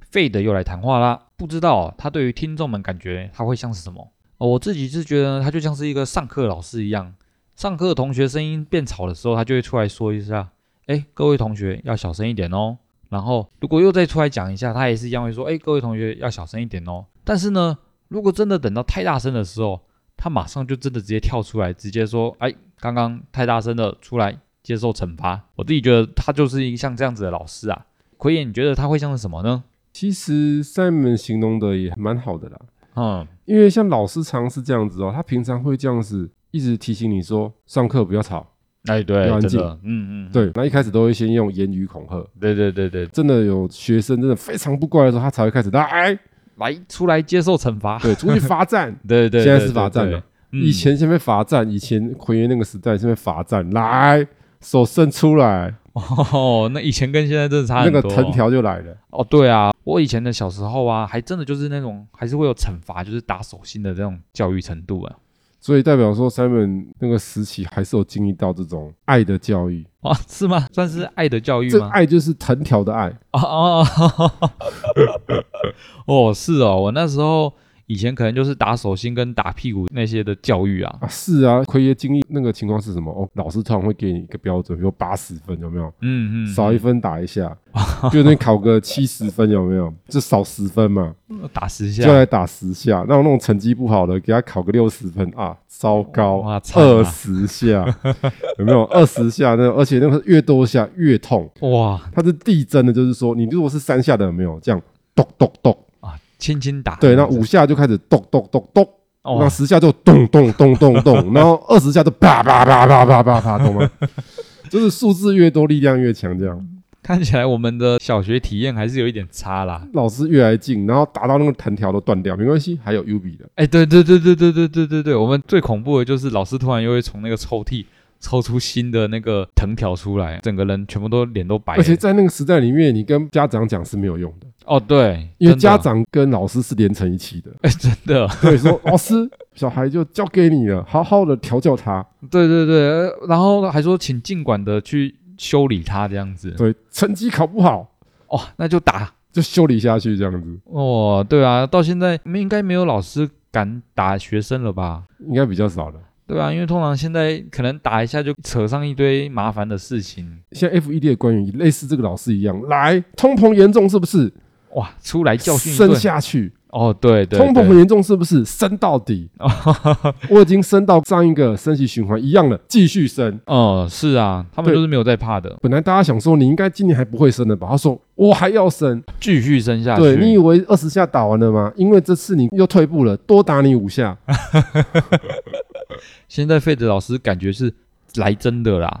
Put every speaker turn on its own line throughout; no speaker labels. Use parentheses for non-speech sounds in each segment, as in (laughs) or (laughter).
费德又来谈话啦。不知道、啊、他对于听众们感觉他会像是什么？哦，我自己是觉得他就像是一个上课老师一样，上课同学声音变吵的时候，他就会出来说一下：“哎，各位同学要小声一点哦。”然后如果又再出来讲一下，他也是一样会说：“哎，各位同学要小声一点哦。”但是呢，如果真的等到太大声的时候，他马上就真的直接跳出来，直接说：“哎，刚刚太大声了，出来接受惩罚。”我自己觉得他就是一个像这样子的老师啊。奎爷，你觉得他会像是什么呢？
其实 Simon 形容的也蛮好的啦，
嗯，
因为像老师常是这样子哦，他平常会这样子一直提醒你说上课不要吵，
哎，对
要，安
真
静
的，嗯嗯，
对，那一开始都会先用言语恐吓，
对对对对，
真的有学生真的非常不乖的时候，他才会开始来，
来出来接受惩罚。，
对，出去罚站
对对，
现在
对
是罚站，
对
了
对 (laughs)
以
嗯
前先被罚站，以前奎爷那个时代先被罚站，来，手伸出来，
哦，那以前跟现在真的差
那
很多
个
哦。
藤条就来了，
哦，对啊，我以前的小时候啊，还真的就是那种还是会有惩罚，就是打手心的这种教育程度啊。
所以代表说 Simon 那个时期还是有经历到这种爱的教育，
哦，是吗？算是爱的教育
这
吗？
爱就是藤条的爱，
哦哦哦哦 (laughs) 哦，哦是哦，我那时候以前可能就是打手心跟打屁股那些的教育啊。
啊，是啊，奎爷经历那个情况是什么？哦，老师通常会给你一个标准，比如八十分，有没有？
嗯嗯，
少一分打一下，就那考个七十分，有没有？就少十分嘛，
打十
就
下，
来打十下。那种那种成绩不好的，给他考个六十分啊，糟糕，
哇，惨
二
啊
十下，有没有？二十下那，而且那个越多下越痛，
哇
它是递增的，就是说你如果是三下的，有没有？这样咚咚咚，
啊，轻轻打。
对，那五下就开始咚咚咚咚。那
哦，
十下就咚咚咚咚咚，然后二十下就啪啪啪啪啪啪啪，
(laughs)
懂吗？就是数字越多，力量越强，这样
看起来我们的小学体验还是有一点差啦。
老师越来近，然后打到那个藤条都断掉，没关系，还有 U B 的，
哎，对对对对对对对对对，我们最恐怖的就是老师突然又会从那个抽屉抽出新的那个藤条出来，整个人全部都脸都白了。
而且在那个时代里面，你跟家长讲是没有用的，
哦，对，
因
真
为
的
家长跟老师是连成一起的，
哎，真的， (laughs)
所以说老师小孩就交给你了，好好的调教他，
对对对，呃然后还说请尽管的去修理他这样子。
对，成绩考不好
哦，那就打。
就修理下去，这样子
哦，对啊，到现在应该没有老师敢打学生了吧？
应该比较少了。
对啊，因为通常现在可能打一下就扯上一堆麻烦的事情，
像 F E D 的官员也类似这个老师一样，来，通膨严重是不是？
哇，出来教训一
生
顿。
下去。
哦，对对
通膨
对
很严重，是不是升到底？ (laughs) 我已经升到上一个升息循环一样了，继续升。
哦，是啊，他们
对
就是没有在怕的，
本来大家想说你应该今年还不会升的吧？他说我还要升。
继续生下去。
对你以为二十下打完了吗？因为这次你又退步了，多打你五下。
现在费德老师感觉是来真的啦。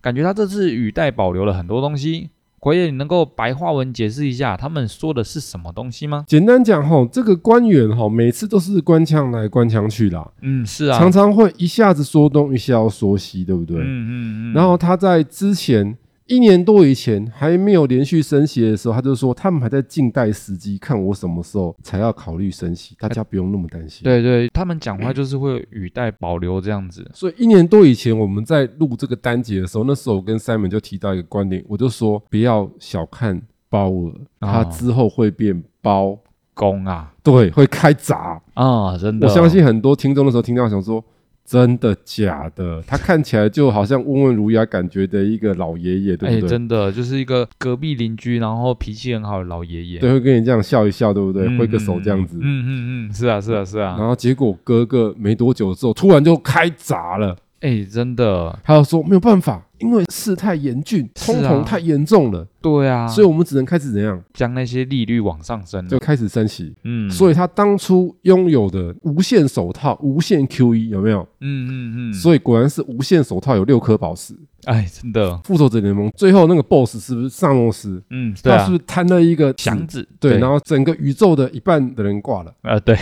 感觉他这次语带保留了很多东西。奎爷，你能够白话文解释一下他们说的是什么东西吗？
简单讲哈，这个官员哈，每次都是官腔来官腔去啦，
嗯，是啊，
常常会一下子说东，一下要说西，对不对？
嗯嗯嗯，
然后他在之前一年多以前还没有连续升息的时候，他就说他们还在静待时机，看我什么时候才要考虑升息，大家不用那么担心。，
对对，他们讲话就是会语带保留这样子。
所以一年多以前我们在录这个单节的时候，那时候我跟 Simon 就提到一个观点，我就说不要小看鲍尔，
哦
他之后会变包，
公啊
对，会开闸。
啊，真的，
我相信很多听众的时候听到想说。真的假的？他看起来就好像温文儒雅感觉的一个老爷爷，对
哎、
不对？
真的就是一个隔壁邻居，然后脾气很好的老爷爷，
对，会跟你这样笑一笑，对不对？
嗯，
挥个手这样子
嗯，嗯嗯嗯，是啊，是啊，是啊
然，后结果隔个没多久之后，突然就开闸了，
哎、真的，
他就说没有办法，因为事态严峻，
是啊
通膨太严重了，
对啊，
所以我们只能开始怎样，
将那些利率往上升
就
了。
开始升息。
嗯，
所
以，
以他当初拥有的无限手套、无限 QE 有没有？
嗯嗯嗯，
所以果然是无限手套有六颗宝石。
哎，真的，
复仇者联盟最后那个 BOSS 是不是萨诺斯？
嗯，对
他
啊
是，不是摊了一个纸
祥子，
对，然后整个宇宙的一半的人挂了，
呃，对，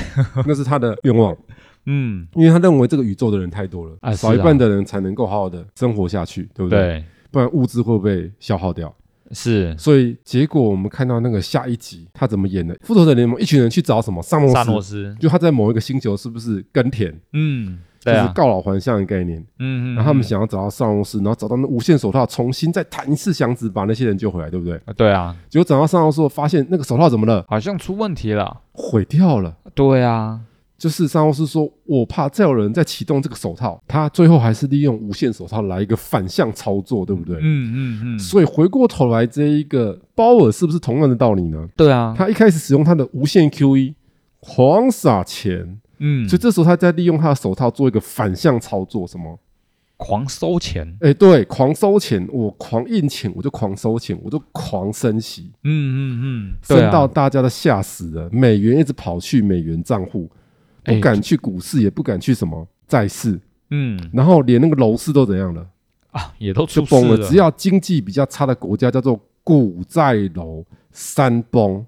那是他的愿望，
(laughs) 嗯，
因为他认为这个宇宙的人太多了，
啊是啊
少一半的人才能够好好的生活下去，对不对？
对，
不然物资会被消耗掉。
是
所以结果我们看到那个下一集他怎么演的，复仇者联盟一群人去找什么萨诺
萨诺
斯，
斯，
就他在某一个星球是不是耕田，
嗯，
就
对
是
啊，
告老还乡的概念。
嗯，嗯
然后他
嗯
们想要找到萨诺斯，然后找到那无限手套，重新再弹一次响指把那些人救回来，对不对？
啊对啊，
结果找到萨诺斯后，发现那个手套怎么了？
好像出问题了，
毁掉了。
对啊，
就是萨诺斯说：“我怕再有人再启动这个手套。”他最后还是利用无限手套来一个反向操作，对不对？
嗯嗯嗯，
所以回过头来，这一个鲍尔是不是同样的道理呢？
对啊，
他一开始使用他的无限 QE 狂撒钱，
嗯，
所
就
以这时候他在利用他的手套做一个反向操作，什么？
狂收钱，
哎，对，狂收钱，我狂印钱，我就狂收钱，我就狂升息，
嗯嗯嗯，对
升
啊
到大家都吓死了，美元一直跑去美元账户，
哎
不敢去股市，也不敢去什么债市，
嗯
然后连那个楼市都怎样了，
啊，也都出
就崩
事
了。只要经济比较差的国家叫做股债楼山崩，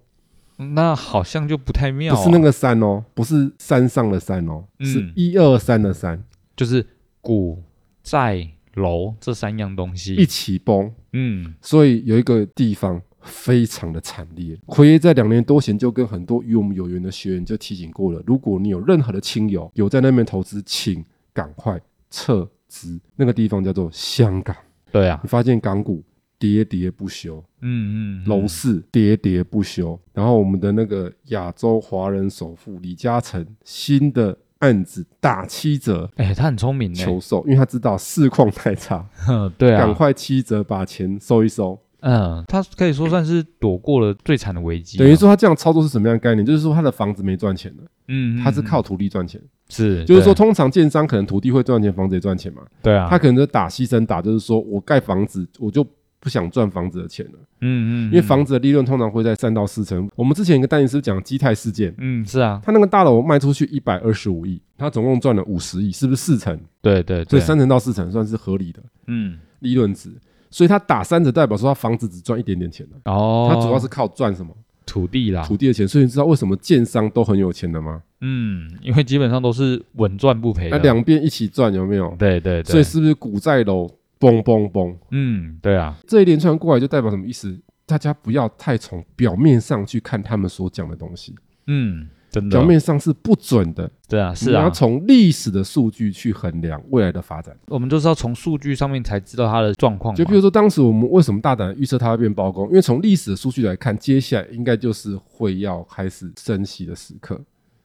那好像就不太妙
不
啊，
是那个山哦，不是山上的山哦，
嗯
是一二三的山
就是股债楼这三样东
一
西，
起崩，
嗯，
所以有一个地方非常的惨烈。奎爷在两年多前就跟很多与我们有缘的学员就提醒过了，如果你有任何的亲友有在那边投资，请赶快撤资，那个地方叫做香港。
对啊，
你发现港股喋喋不休，
嗯嗯，
楼市喋喋不休，然后我们的那个亚洲华人首富李嘉诚新的案子打七折
哎，他很聪明呢，
求售，因为他知道市况太差，
哼 (laughs) 对
赶
啊，
快七折把钱收一收。
嗯，他可以说算是躲过了最惨的危机啊，
等于说他这样操作是什么样的概念？就是说他的房子没赚钱的，
嗯，嗯，
他是
嗯
靠土地赚钱。
是，
就是说，
对
通常建商可能土地会赚钱，房子也赚钱嘛。
对啊，
他可能就打牺牲打，就是说我盖房子我就。不想赚房子的钱了，
嗯嗯，
因为
嗯
房子的利润通常会在三到四成。我们之前有一个代言师讲基泰事件，
嗯是啊，
他那个大楼卖出去一百二十五亿，他总共赚了五十亿，是不是四成？
对对
所
对，
以三成到四成算是合理的
嗯
利润值。所以他打三折，代表说他房子只赚一点点钱了。
哦，
他主要是靠赚什么
土地啦，
土地的钱。所以你知道为什么建商都很有钱的吗？
嗯，因为基本上都是稳赚不赔
那
的，
两边一起赚有没有？
对啊对对，
所以是不是股债楼崩崩崩？
嗯对啊，
这一连串过来就代表什么意思？大家不要太从表面上去看他们所讲的东西，
嗯真的
表，面上是不准的。
对啊是
你要
啊，
从历史的数据去衡量未来的发展。
我们就是要从数据上面才知道它的状况嘛，
就比如说，当时我们为什么大胆地预测它会变包工？因为从历史的数据来看，接下来应该就是会要开始升息的时刻。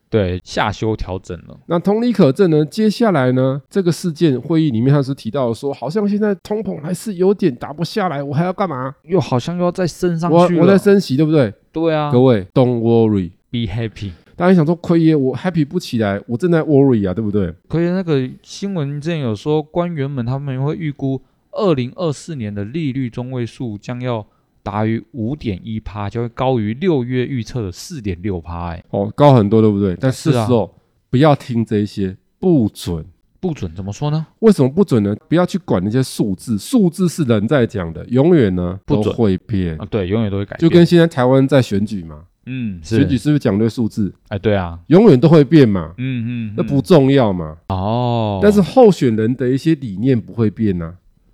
对下修调整了，
那同理可证呢，接下来呢，这个事件会议里面他是提到说，好像现在通膨还是有点打不下来，我还要干嘛？
又好像又要再升上
我
去了，
我在升息，对不对？
对啊
各位，don't worry。
，be happy。
大家想说，奎爷，我 happy 不起来，我正在 worry 啊，对不对？
可以，那个新闻之前有说，官员们他们会预估二零二四年的利率中位数将要达于五点一趴，就会高于六月预测的四点六趴。哎、
哦，高很多，对不对？但
是
是
啊
时候、不要听这些，不准。
不准怎么说呢？
为什么不准呢？不要去管那些数字，数字是人在讲的，永远呢
不
都
准
会变
啊，。对，永远都会改
就
变。
跟现在台湾在选举嘛，
嗯，是
选举是不是讲对数字，
哎，对啊，
永远都会变嘛，
嗯嗯，
那
嗯
不重要嘛。
哦，
但是候选人的一些理念不会变呐、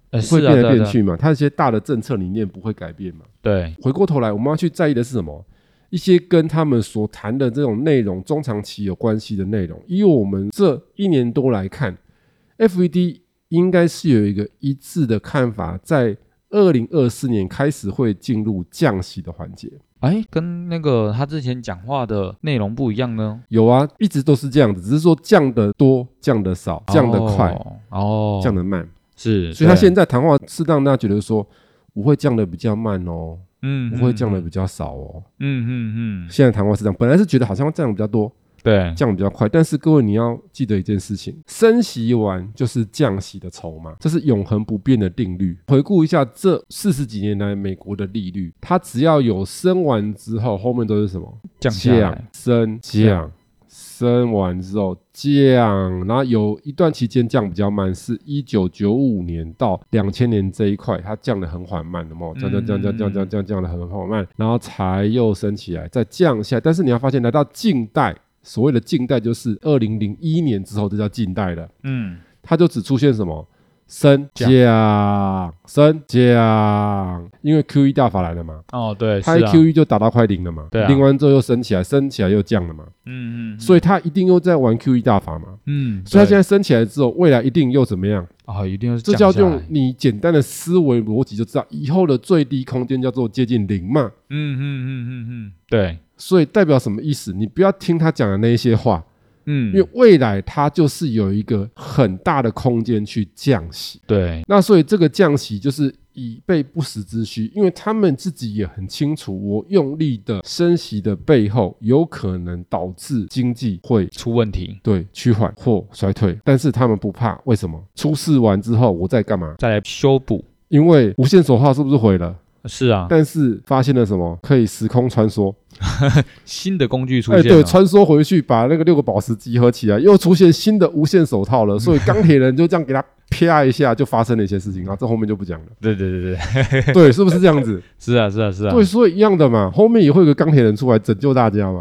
呃
不
是
会变
啊，
来
对
变
啊
去嘛，他一些大的政策理念不会改变嘛。
对，
回过头来，我们要去在意的是什么？一些跟他们所谈的这种内容，中长期有关系的内容。以我们这一年多来看，FED 应该是有一个一致的看法，在二零二四年开始会进入降息的环节。
哎，跟那个他之前讲话的内容不一样呢，
有啊，一直都是这样子，只是说降的多，降的少，降的快，
哦哦，
降的慢。
是，
所以他
对
现在谈话是让大家觉得说，我会降的比较慢哦，
嗯
我会降的
嗯
比较少哦。
嗯嗯嗯，
现在谈话是这样，本来是觉得好像降的比较多，
对，
降比较快。但是各位你要记得一件事情，升息完就是降息的筹码，这是永恒不变的定律。回顾一下这四十几年来美国的利率，它只要有升完之后，后面都是什么？
降下来，
升降
降，
升完之后降，然后有一段期间降比较慢，是一九九五年到两千年这一块，它降的很缓慢的嘛，降降降降降降降降的很缓慢，然后才又升起来，再降下来。但是你要发现，来到近代，所谓的近代就是二零零一年之后，这叫近代了。
嗯，
它就只出现什么升
降
降升降，因为 Q E 大法来了嘛，
哦，对，
它
是
一
啊
Q E 就打到快零了嘛，
对啊
零完之后又升起来，升起来又降了嘛，
嗯嗯，
所
以
以它一定又在玩 Q E 大法嘛。
嗯，
所以它
对
现在升起来之后，未来一定又怎么样？
啊，一定要是
这
降
叫
下来
用你简单的思维逻辑就知道，以后的最低空间叫做接近零嘛。
嗯嗯嗯嗯嗯，对，
所以代表什么意思？你不要听他讲的那一些话，
嗯，
因为未来它就是有一个很大的空间去降息。
对，
那所以这个降息就是以备不时之需，因为他们自己也很清楚，我用力的升息的背后，有可能导致经济会。
出问题
对，趋缓或衰退，但是他们不怕，为什么？出事完之后，我再干嘛？
再来修补，
因为无线手套是不是毁了？
是啊，
但是发现了什么？可以时空穿梭。
新的工具出
哎，
现了，
对，穿梭回去，把那个六个宝石集合起来，又出现新的无线手套了。所以钢铁人就这样给他啪一下，就发生了一些事情。然后这后面就不讲了。
对对对对，
对，是不是这样子？
是啊是啊是啊，
对，所以一样的嘛，后面也会有个钢铁人出来拯救大家嘛。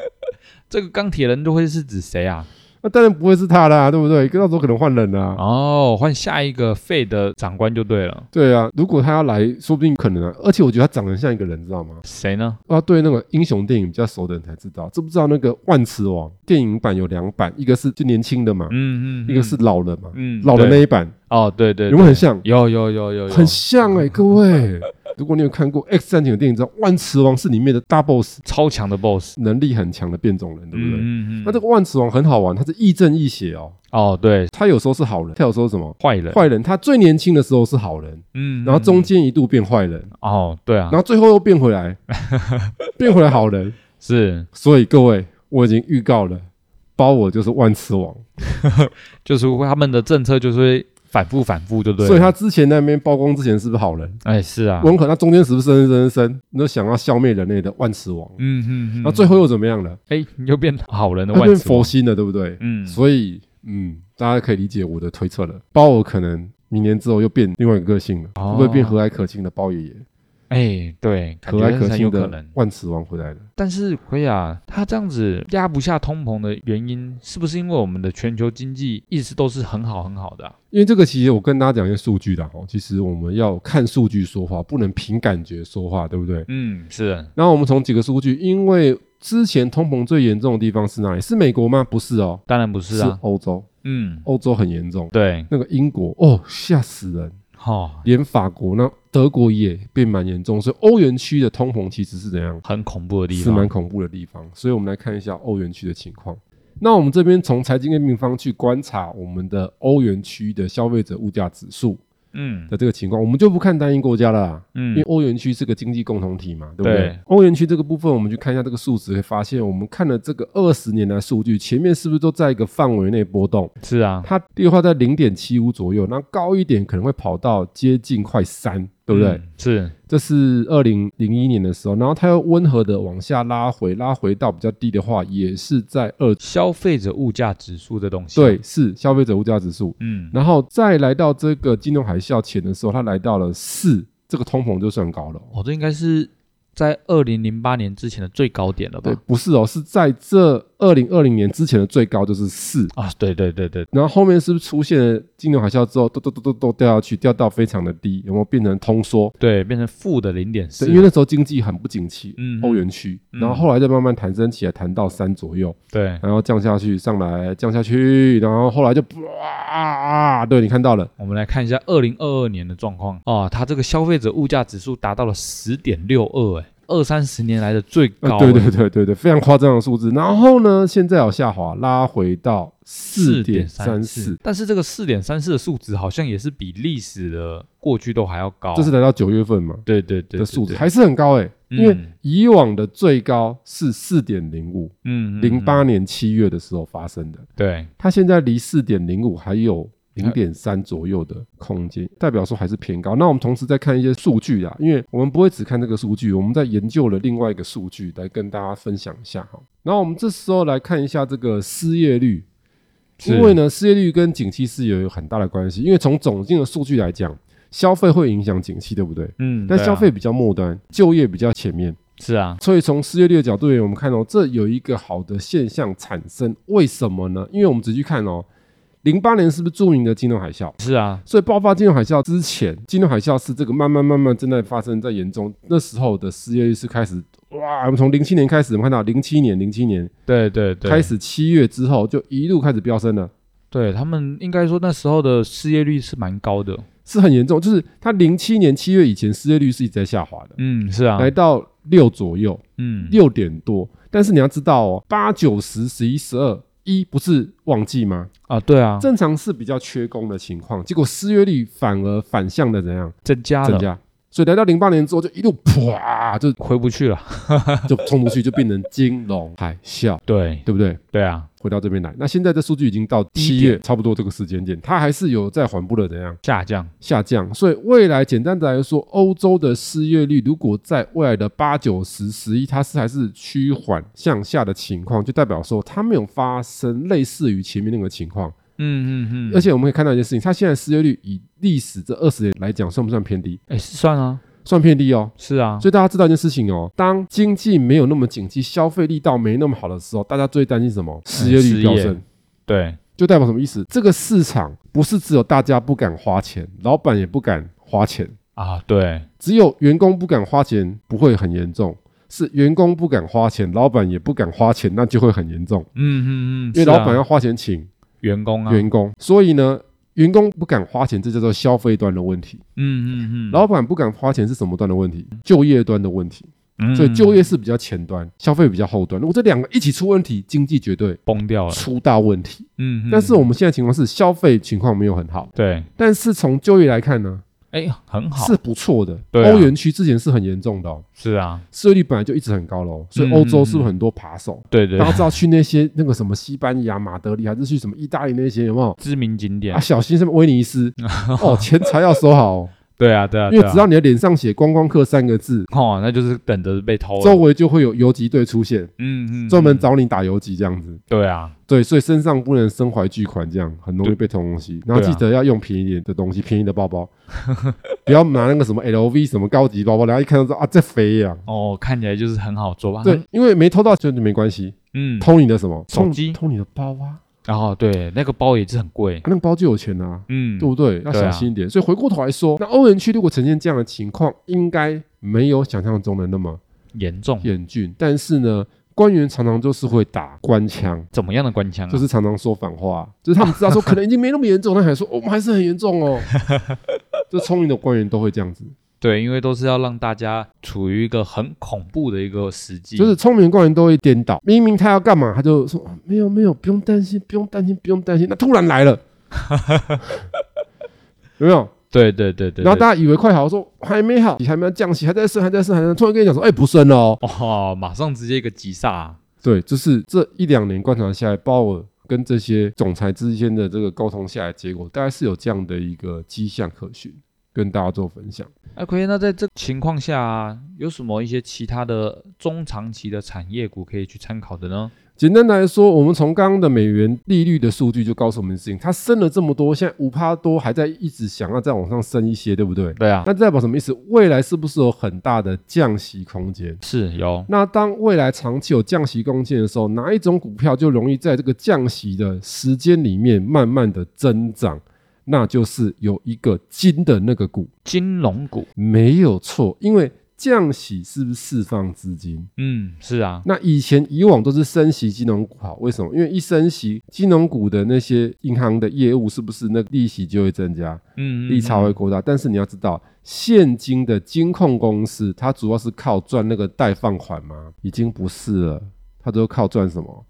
(laughs)
这个钢铁人就会是指谁啊？
那当然不会是他啦，对不对？到时候可能换人啊啦、
哦，换下一个废的长官就对了，
对啊，如果他要来，说不定可能啊。而且我觉得他长得像一个人，知道吗？
谁呢？
啊，对那个英雄电影比较熟的人才知道，知不知道那个万磁王电影版有两版，一个是就年轻的嘛，
嗯嗯，
一个是老了嘛。
嗯
老的那
对
一版
哦，对对，
有没有很像？
有有有有有，
很像哎、各位，如果你有看过《X 战警》的电影，知道万磁王是里面的大 boss，
超强的 BOSS，
能力很强的变种人，对不对？
嗯嗯嗯，
那这个万磁王很好玩，他是亦正亦邪哦。
哦对，
他有时候是好人，他有时候是什么
坏人，
坏人。他最年轻的时候是好人，
嗯，
然后中
嗯
间一度变坏人，
哦对啊
然，后最后又变
(laughs)
回来，变回来好人。
是
所以各位，我已经预告了，包我就是万磁王。
就是会他们的政策就是会反复反复，就对了，
所以他之前那边包公之前是不是好人？
哎是啊，
温和，他中间是不是生生生生，你就想要消灭人类的万磁王？
嗯嗯嗯，
然后最后又怎么样了？
哎你又变好人的
他
万
变
磁王
佛，心了，对不对？
嗯，
所以，嗯，大家可以理解我的推测了。包我可能明年之后又变另外一个个性了，
哦
会不会变和蔼可亲的包爷爷？
哎对，感
和
觉
蔼
是
可
很
亲
有可
的
能。
万磁王回来了。
但是奎亚他这样子压不下通膨的原因，是不是因为我们的全球经济一直都是很好很好的啊、
因为这个，其实我跟大家讲一些数据啦。哦，其实我们要看数据说话，不能凭感觉说话，对不对？
嗯，是，
然后我们从几个数据，因为之前通膨最严重的地方是哪里？是美国吗？不是哦，
当然不是啊。
欧洲，
嗯，
欧洲很严重。
对，
那个英国哦，吓死人！
哦，
连法国、那德国也变蛮严重，所以欧元区的通膨其实是怎样？
很恐怖的地
是
方。
蛮恐怖的地方。所以我们来看一下欧元区的情况。那我们这边从财经跟民方去观察我们的欧元区的消费者物价指数
嗯
的这个情况，我们就不看单一国家了啦，因为
嗯，
欧元区是个经济共同体嘛，对不对？
对
欧元区这个部分，我们去看一下这个数值，会发现我们看了这个二十年来数据，前面是不是都在一个范围内波动？
是啊，
它低的话在零点七五左右，那高一点可能会跑到接近快三，对不对？
嗯是，
这是二零零一年的时候，然后它又温和的往下拉回，拉回到比较低的话，也是在二
消费者物价指数这东西。
对，是消费者物价指数，
嗯，
然后再来到这个金融海啸前的时候，它来到了四，这个通膨就算高了哦。
哦，这应该是在二零零八年之前的最高点了吧
对，？不是哦，是在这二零二零年之前的最高就是四，
啊，对对对对，
然后后面是不是出现了金融海啸之后，都都都都都掉下去，掉到非常的低，有没有变成通缩？
对，变成负的零点四
对，。因为哦那时候经济很不景气，
啊嗯
欧元区，
嗯
然后后来再慢慢弹升起来，弹到三左右，
对，
然后降下去，上来，降下去，然后后来就哇，对你看到了，
我们来看一下二零二二年的状况啊，它这个消费者物价指数达到了十点六二，哎，二三十年来的最高、哎
呃，对对对对对，非常夸张的数字。然后呢，现在有下滑，拉回到四点三四，，
但是这个四点三四的数值好像也是比历史的过去都还要高，
这是来到九月份嘛
对对哦对
的数字，
对对
还是很高哎、因为
嗯
以往的最高是四点零五，
嗯
零
嗯
八年七月的时候发生的，
对
它现在离四点零五还有零点三左右的空间，代表说还是偏高。那我们同时再看一些数据啊，因为我们不会只看这个数据，我们在研究了另外一个数据来跟大家分享一下哈。然后我们这时候来看一下这个失业率，
是
因为呢失业率跟景气是有很大的关系，因为从总经的数据来讲，消费会影响景气，对不对？
嗯，
但
对啊
消费比较末端，就业比较前面，
是啊，
所以从失业率的角度而言，我们看哦，这有一个好的现象产生，为什么呢？因为我们仔细看哦，零八年是不是著名的金融海啸？
是啊，
所以爆发金融海啸之前，金融海啸是这个慢慢慢慢正在发生在严重，那时候的失业率是开始哇，我们从零七年开始，我们看到零七年零七年
对对对，
开始七月之后就一路开始飙升了。
对他们应该说那时候的失业率是蛮高的，
是很严重，就是它零七年七月以前失业率是一直在下滑的，
嗯，是啊，
来到六左右，
嗯，
六点多。但是你要知道哦，八九十十一十二一不是旺季吗？
啊，对啊，
正常是比较缺工的情况，结果失业率反而反向的怎样
增加
增
了，
加？所以来到零八年之后，就一路啪就
回不去了，
就冲出去，就变成
(laughs)
金融海啸，
对
对不对？
对啊，
回到这边来，那现在这数据已经到
低
七
点
月差不多这个时间点，它还是有在缓步的怎样
下降，
下降。所以未来简单的来说，欧洲的失业率如果在未来的八九十十一，它是还是趋缓向下的情况，就代表说它没有发生类似于前面那个情况。
嗯嗯嗯，
而且我们可以看到一件事情，它现在失业率以历史这二十年来讲，算不算偏低？
哎，是算啊，
算偏低哦。
是啊，
所以大家知道一件事情哦，当经济没有那么景气，消费力道没那么好的时候，大家最担心什么？失业率飙
嗯失
升
业。对，
就代表什么意思？这个市场不是只有大家不敢花钱，老板也不敢花钱，
啊，对，
只有员工不敢花钱不会很严重，是员工不敢花钱，老板也不敢花钱，那就会很严重，
嗯嗯嗯，
因为
是啊
老板要花钱请
员工啊，
员工，所以呢。员工不敢花钱，这叫做消费端的问题；
嗯嗯嗯，
老板不敢花钱是什么端的问题？就业端的问题。
嗯
所以就
嗯
业是比较前端，消费比较后端。如果这两个一起出问题，经济绝对
崩掉了，
出大问题。
嗯，嗯
但是
嗯
我们现在情况是消费情况没有很好，
对，
但是从就业来看呢，
哎，很好，
是不错的。
对啊
欧元区之前是很严重的、哦，
是啊，
失业率本来就一直很高喽，所以
嗯
欧洲是不是很多扒手？
对对
大，家知道去那些那个什么西班牙、马德里，还是去什么意大利那些有没有？
知名景点
啊，，小心什么威尼
(laughs)
斯哦，钱财要收好、哦，
对啊 (laughs) 对啊，
因为
对啊
只要你的脸上写“观光客”三个字，
哦，那就是等着被偷了，
周围就会有游击队出现，
哦嗯嗯，
专门
嗯
找你打游击这样子。
对啊，
对，所以身上不能身怀巨款，这样很容易被偷东
啊
西。然后记得要用便宜一点的东西，便宜的包包， (laughs) 不要拿那个什么 LV 什么高级包包，然后一看到说啊这肥呀、
哦，看起来就是很好做吧，
对，因为没偷到就就没关系，
嗯，
偷你的什么？
手机
偷偷你的包啊，啊
然后对那个包也是很贵，
那个包就有钱啊，
嗯，
对不对？要
对
小
啊
心一点。所以回过头来说，那欧元区如果呈现这样的情况，应该没有想象中的那么
严重，
严峻。但是呢，官员常常就是会打官腔。
怎么样的官腔啊？
就是常常说反话，就是他们知道说可能已经没那
(laughs)
么严重，但还说、哦我们还是很严重哦。就聪明的官员都会这样
嗯
子，
对，因为都是要让大家处于一个很恐怖的一个时机，
就是聪明的官员都会颠倒，明明他要干嘛，他就说、哦没有没有，不用担心，不用担心，不用担心。那突然
(laughs)
来了，有没有？
对对对对，
然后
对
大家以为快好，说还没好，还没有降息，还在升，还在升，还在升。突然跟你讲说，哎、不升了哦。
哦，马上直接一个急刹啊，
对，就是这一两年观察下来，鲍尔跟这些总裁之间的这个沟通下来，结果大概是有这样的一个迹象可循，跟大家做分享。
哎，奎，那在这情况下、啊，有什么一些其他的中长期的产业股可以去参考的呢？
简单来说，我们从刚刚的美元利率的数据就告诉我们的事情，它升了这么多，现在五趴多，还在一直想要再往上升一些，对不对？
对啊，
那代表什么意思？未来是不是有很大的降息空间？
是有，
那当未来长期有降息空间的时候，哪一种股票就容易在这个降息的时间里面慢慢的增长？那就是有一个金的那个股，
金融股
没有错，因为降息是不是释放资金？
嗯，是啊，
那以前以往都是升息金融股好，为什么？因为一升息，金融股的那些银行的业务是不是那个利息就会增加，
嗯，
利差会扩大？但是你要知道，现今的金控公司，它主要是靠赚那个贷放款吗？已经不是了，它都靠赚什么？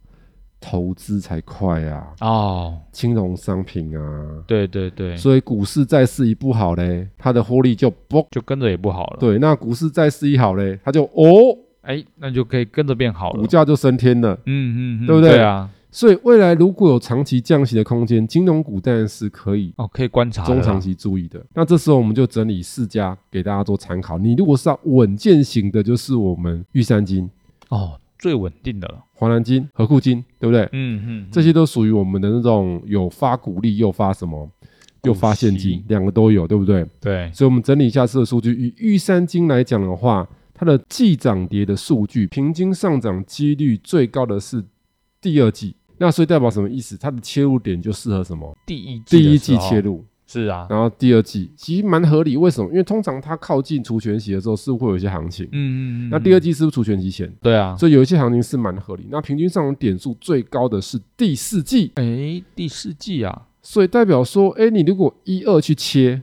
投资才快啊，
哦，
金融商品啊。
对对对，
所以股市再市一不好嘞，它的获利就不
就跟着也不好了。，
对。那股市再市一好嘞，它就哦，
哎，那就可以跟着变好了
股。价就升天了。
嗯嗯，嗯
对不对
对啊，
所以未来如果有长期降息的空间，金融股当然是可以
哦，可以观察了
中
啦
长期注意的。那这时候我们就整理四家给大家做参考。你如果是要稳健型的，就是我们玉山金、
哦，最稳定的了。
华南金、和库金，对不对？
嗯嗯，
这些都属于我们的那种有发股利又发什么，又发现
股
金
息，
两个都有，对不对？
对，
所以我们整理一下这个数据，以玉山金来讲的话，它的季涨跌的数据，平均上涨几率最高的是第二季。那所以代表什么意思？它的切入点就适合什么？
第一季
第一
的时
季
候
切入，
是啊，
然后第二季其实蛮合理。为什么？因为通常它靠近除权息的时候是会有一些行情。
嗯嗯嗯，
那第二
嗯
季是不是除权期前？
对啊，
所以有一些行情是蛮合理。那平均上涨点数最高的是第四季，
哎，第四季啊，
所以代表说，哎，你如果一二去切，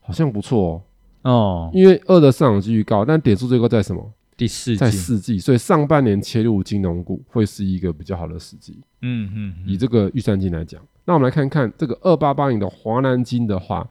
好像不错哦。
哦，
因为二的上涨几率高，但点数最高在什么？
第四
在
季，
四季，所以上半年切入金融股会是一个比较好的时机。
嗯嗯，
以这个预算金来讲，那我们来看看这个二八八零的华南金的话，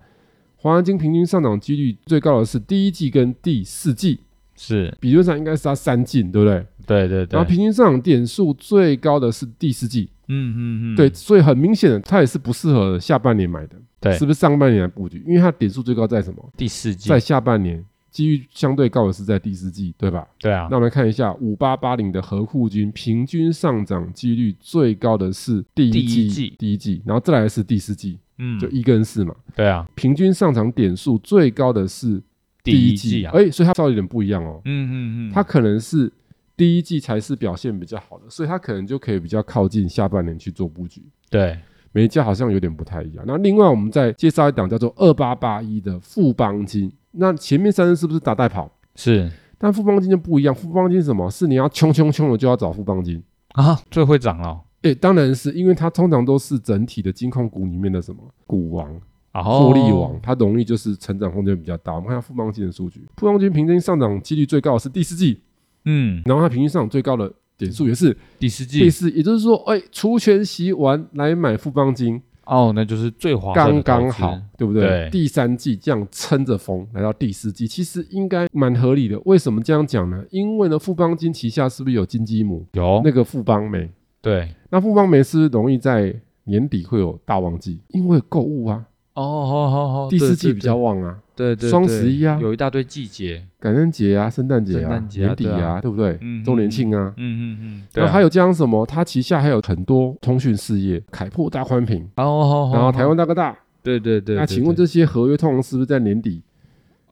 华南金平均上涨几率最高的是第一季跟第四季，
是，
理论上应该是它三进，对不对？
对对对
然后，平均上涨点数最高的是第四季，
嗯嗯嗯，
对，所以很明显的，它也是不适合下半年买的，
对
是不是上半年来布局？因为它点数最高在什么？
第四季
在，下半年，机遇相对高的是在第四季，对吧？
对啊
那，我们来看一下五八八零的和库金，平均上涨几率最高的是第一
第一
季，
季
第一季然后再来是第四季，
嗯，
就一跟四嘛。
对啊，
平均上涨点数最高的是
第
一
季啊，
哎，所以它稍微有点不一样哦。
嗯嗯嗯，
它可能是第一季才是表现比较好的，所以它可能就可以比较靠近下半年去做布局。
对，
每一家好像有点不太一样。那另外我们再介绍一档叫做二八八一的富邦金，那前面三只是不是打带跑？
是
但富邦金就不一样，富邦金是什么？是你要冲冲冲了就要找富邦金。
啊，最会涨了，
诶，当然是因为它通常都是整体的金控股里面的什么股王、
然后
获利王，，它容易就是成长空间比较大。我们看下富邦金的数据，富邦金平均上涨几率最高的是第四季，
嗯，
然后它平均上涨最高的点数也是
第四
第
季，
四，也就是说，诶，除权息完来买富邦金
哦，那就是最划算的
刚
投
刚
资
好，对不对？
对
第三季这样撑着风来到第四季，其实应该蛮合理的。为什么这样讲呢？因为呢，富邦金旗下是不是有金鸡母？
有
那个富邦美，
对
那富邦美是容易在年底会有大旺季，因为购物啊，
哦，好好好，
第四
对
季比较旺啊，
对对对，
双十一啊
有一大堆季节，
感恩节啊，圣诞节
圣
啊，
诞节啊
年底
对
啊，
啊
对不对
嗯？
周年庆啊。
嗯嗯嗯，对
然
啊，
后还有加上什么？它旗下还有很多通讯事业，凯擘大宽屏，
哦，好好好，
然后台湾大哥大。
对对对，
那
对
请问
对
这些合约通常是不是在年底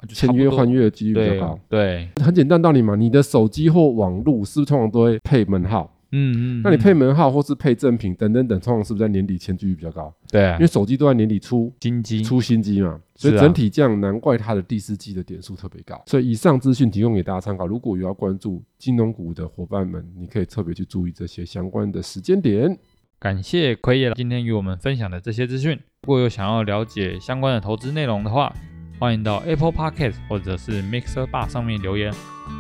就差
签
不
约
多
换约的几率比
对啊
较高？
对，
很简单道理嘛，你的手机或网络是不是通常都会配门号？
嗯嗯，
那你
嗯
配门号或是配赠品等等等，通常是不是在年底签几率比较高？
对啊
因为，手机都在年底出，
金鸡
出新机嘛，
是
所
啊
以整体这样，难怪它的第四季的点数特别高。所以以上资讯提供给大家参考，如果有要关注金融股的伙伴们，你可以特别去注意这些相关的时间点。
感谢奎爷今天与我们分享的这些资讯。如果有想要了解相关的投资内容的话，欢迎到 Apple Podcast 或者是 Mixer Bar 上面留言，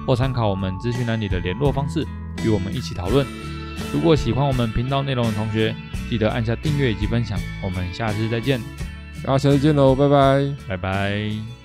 或参考我们资讯栏里的联络方式，与我们一起讨论。如果喜欢我们频道内容的同学，记得按下订阅以及分享。我们下次再见，
大家下次见喽，拜拜。
拜拜。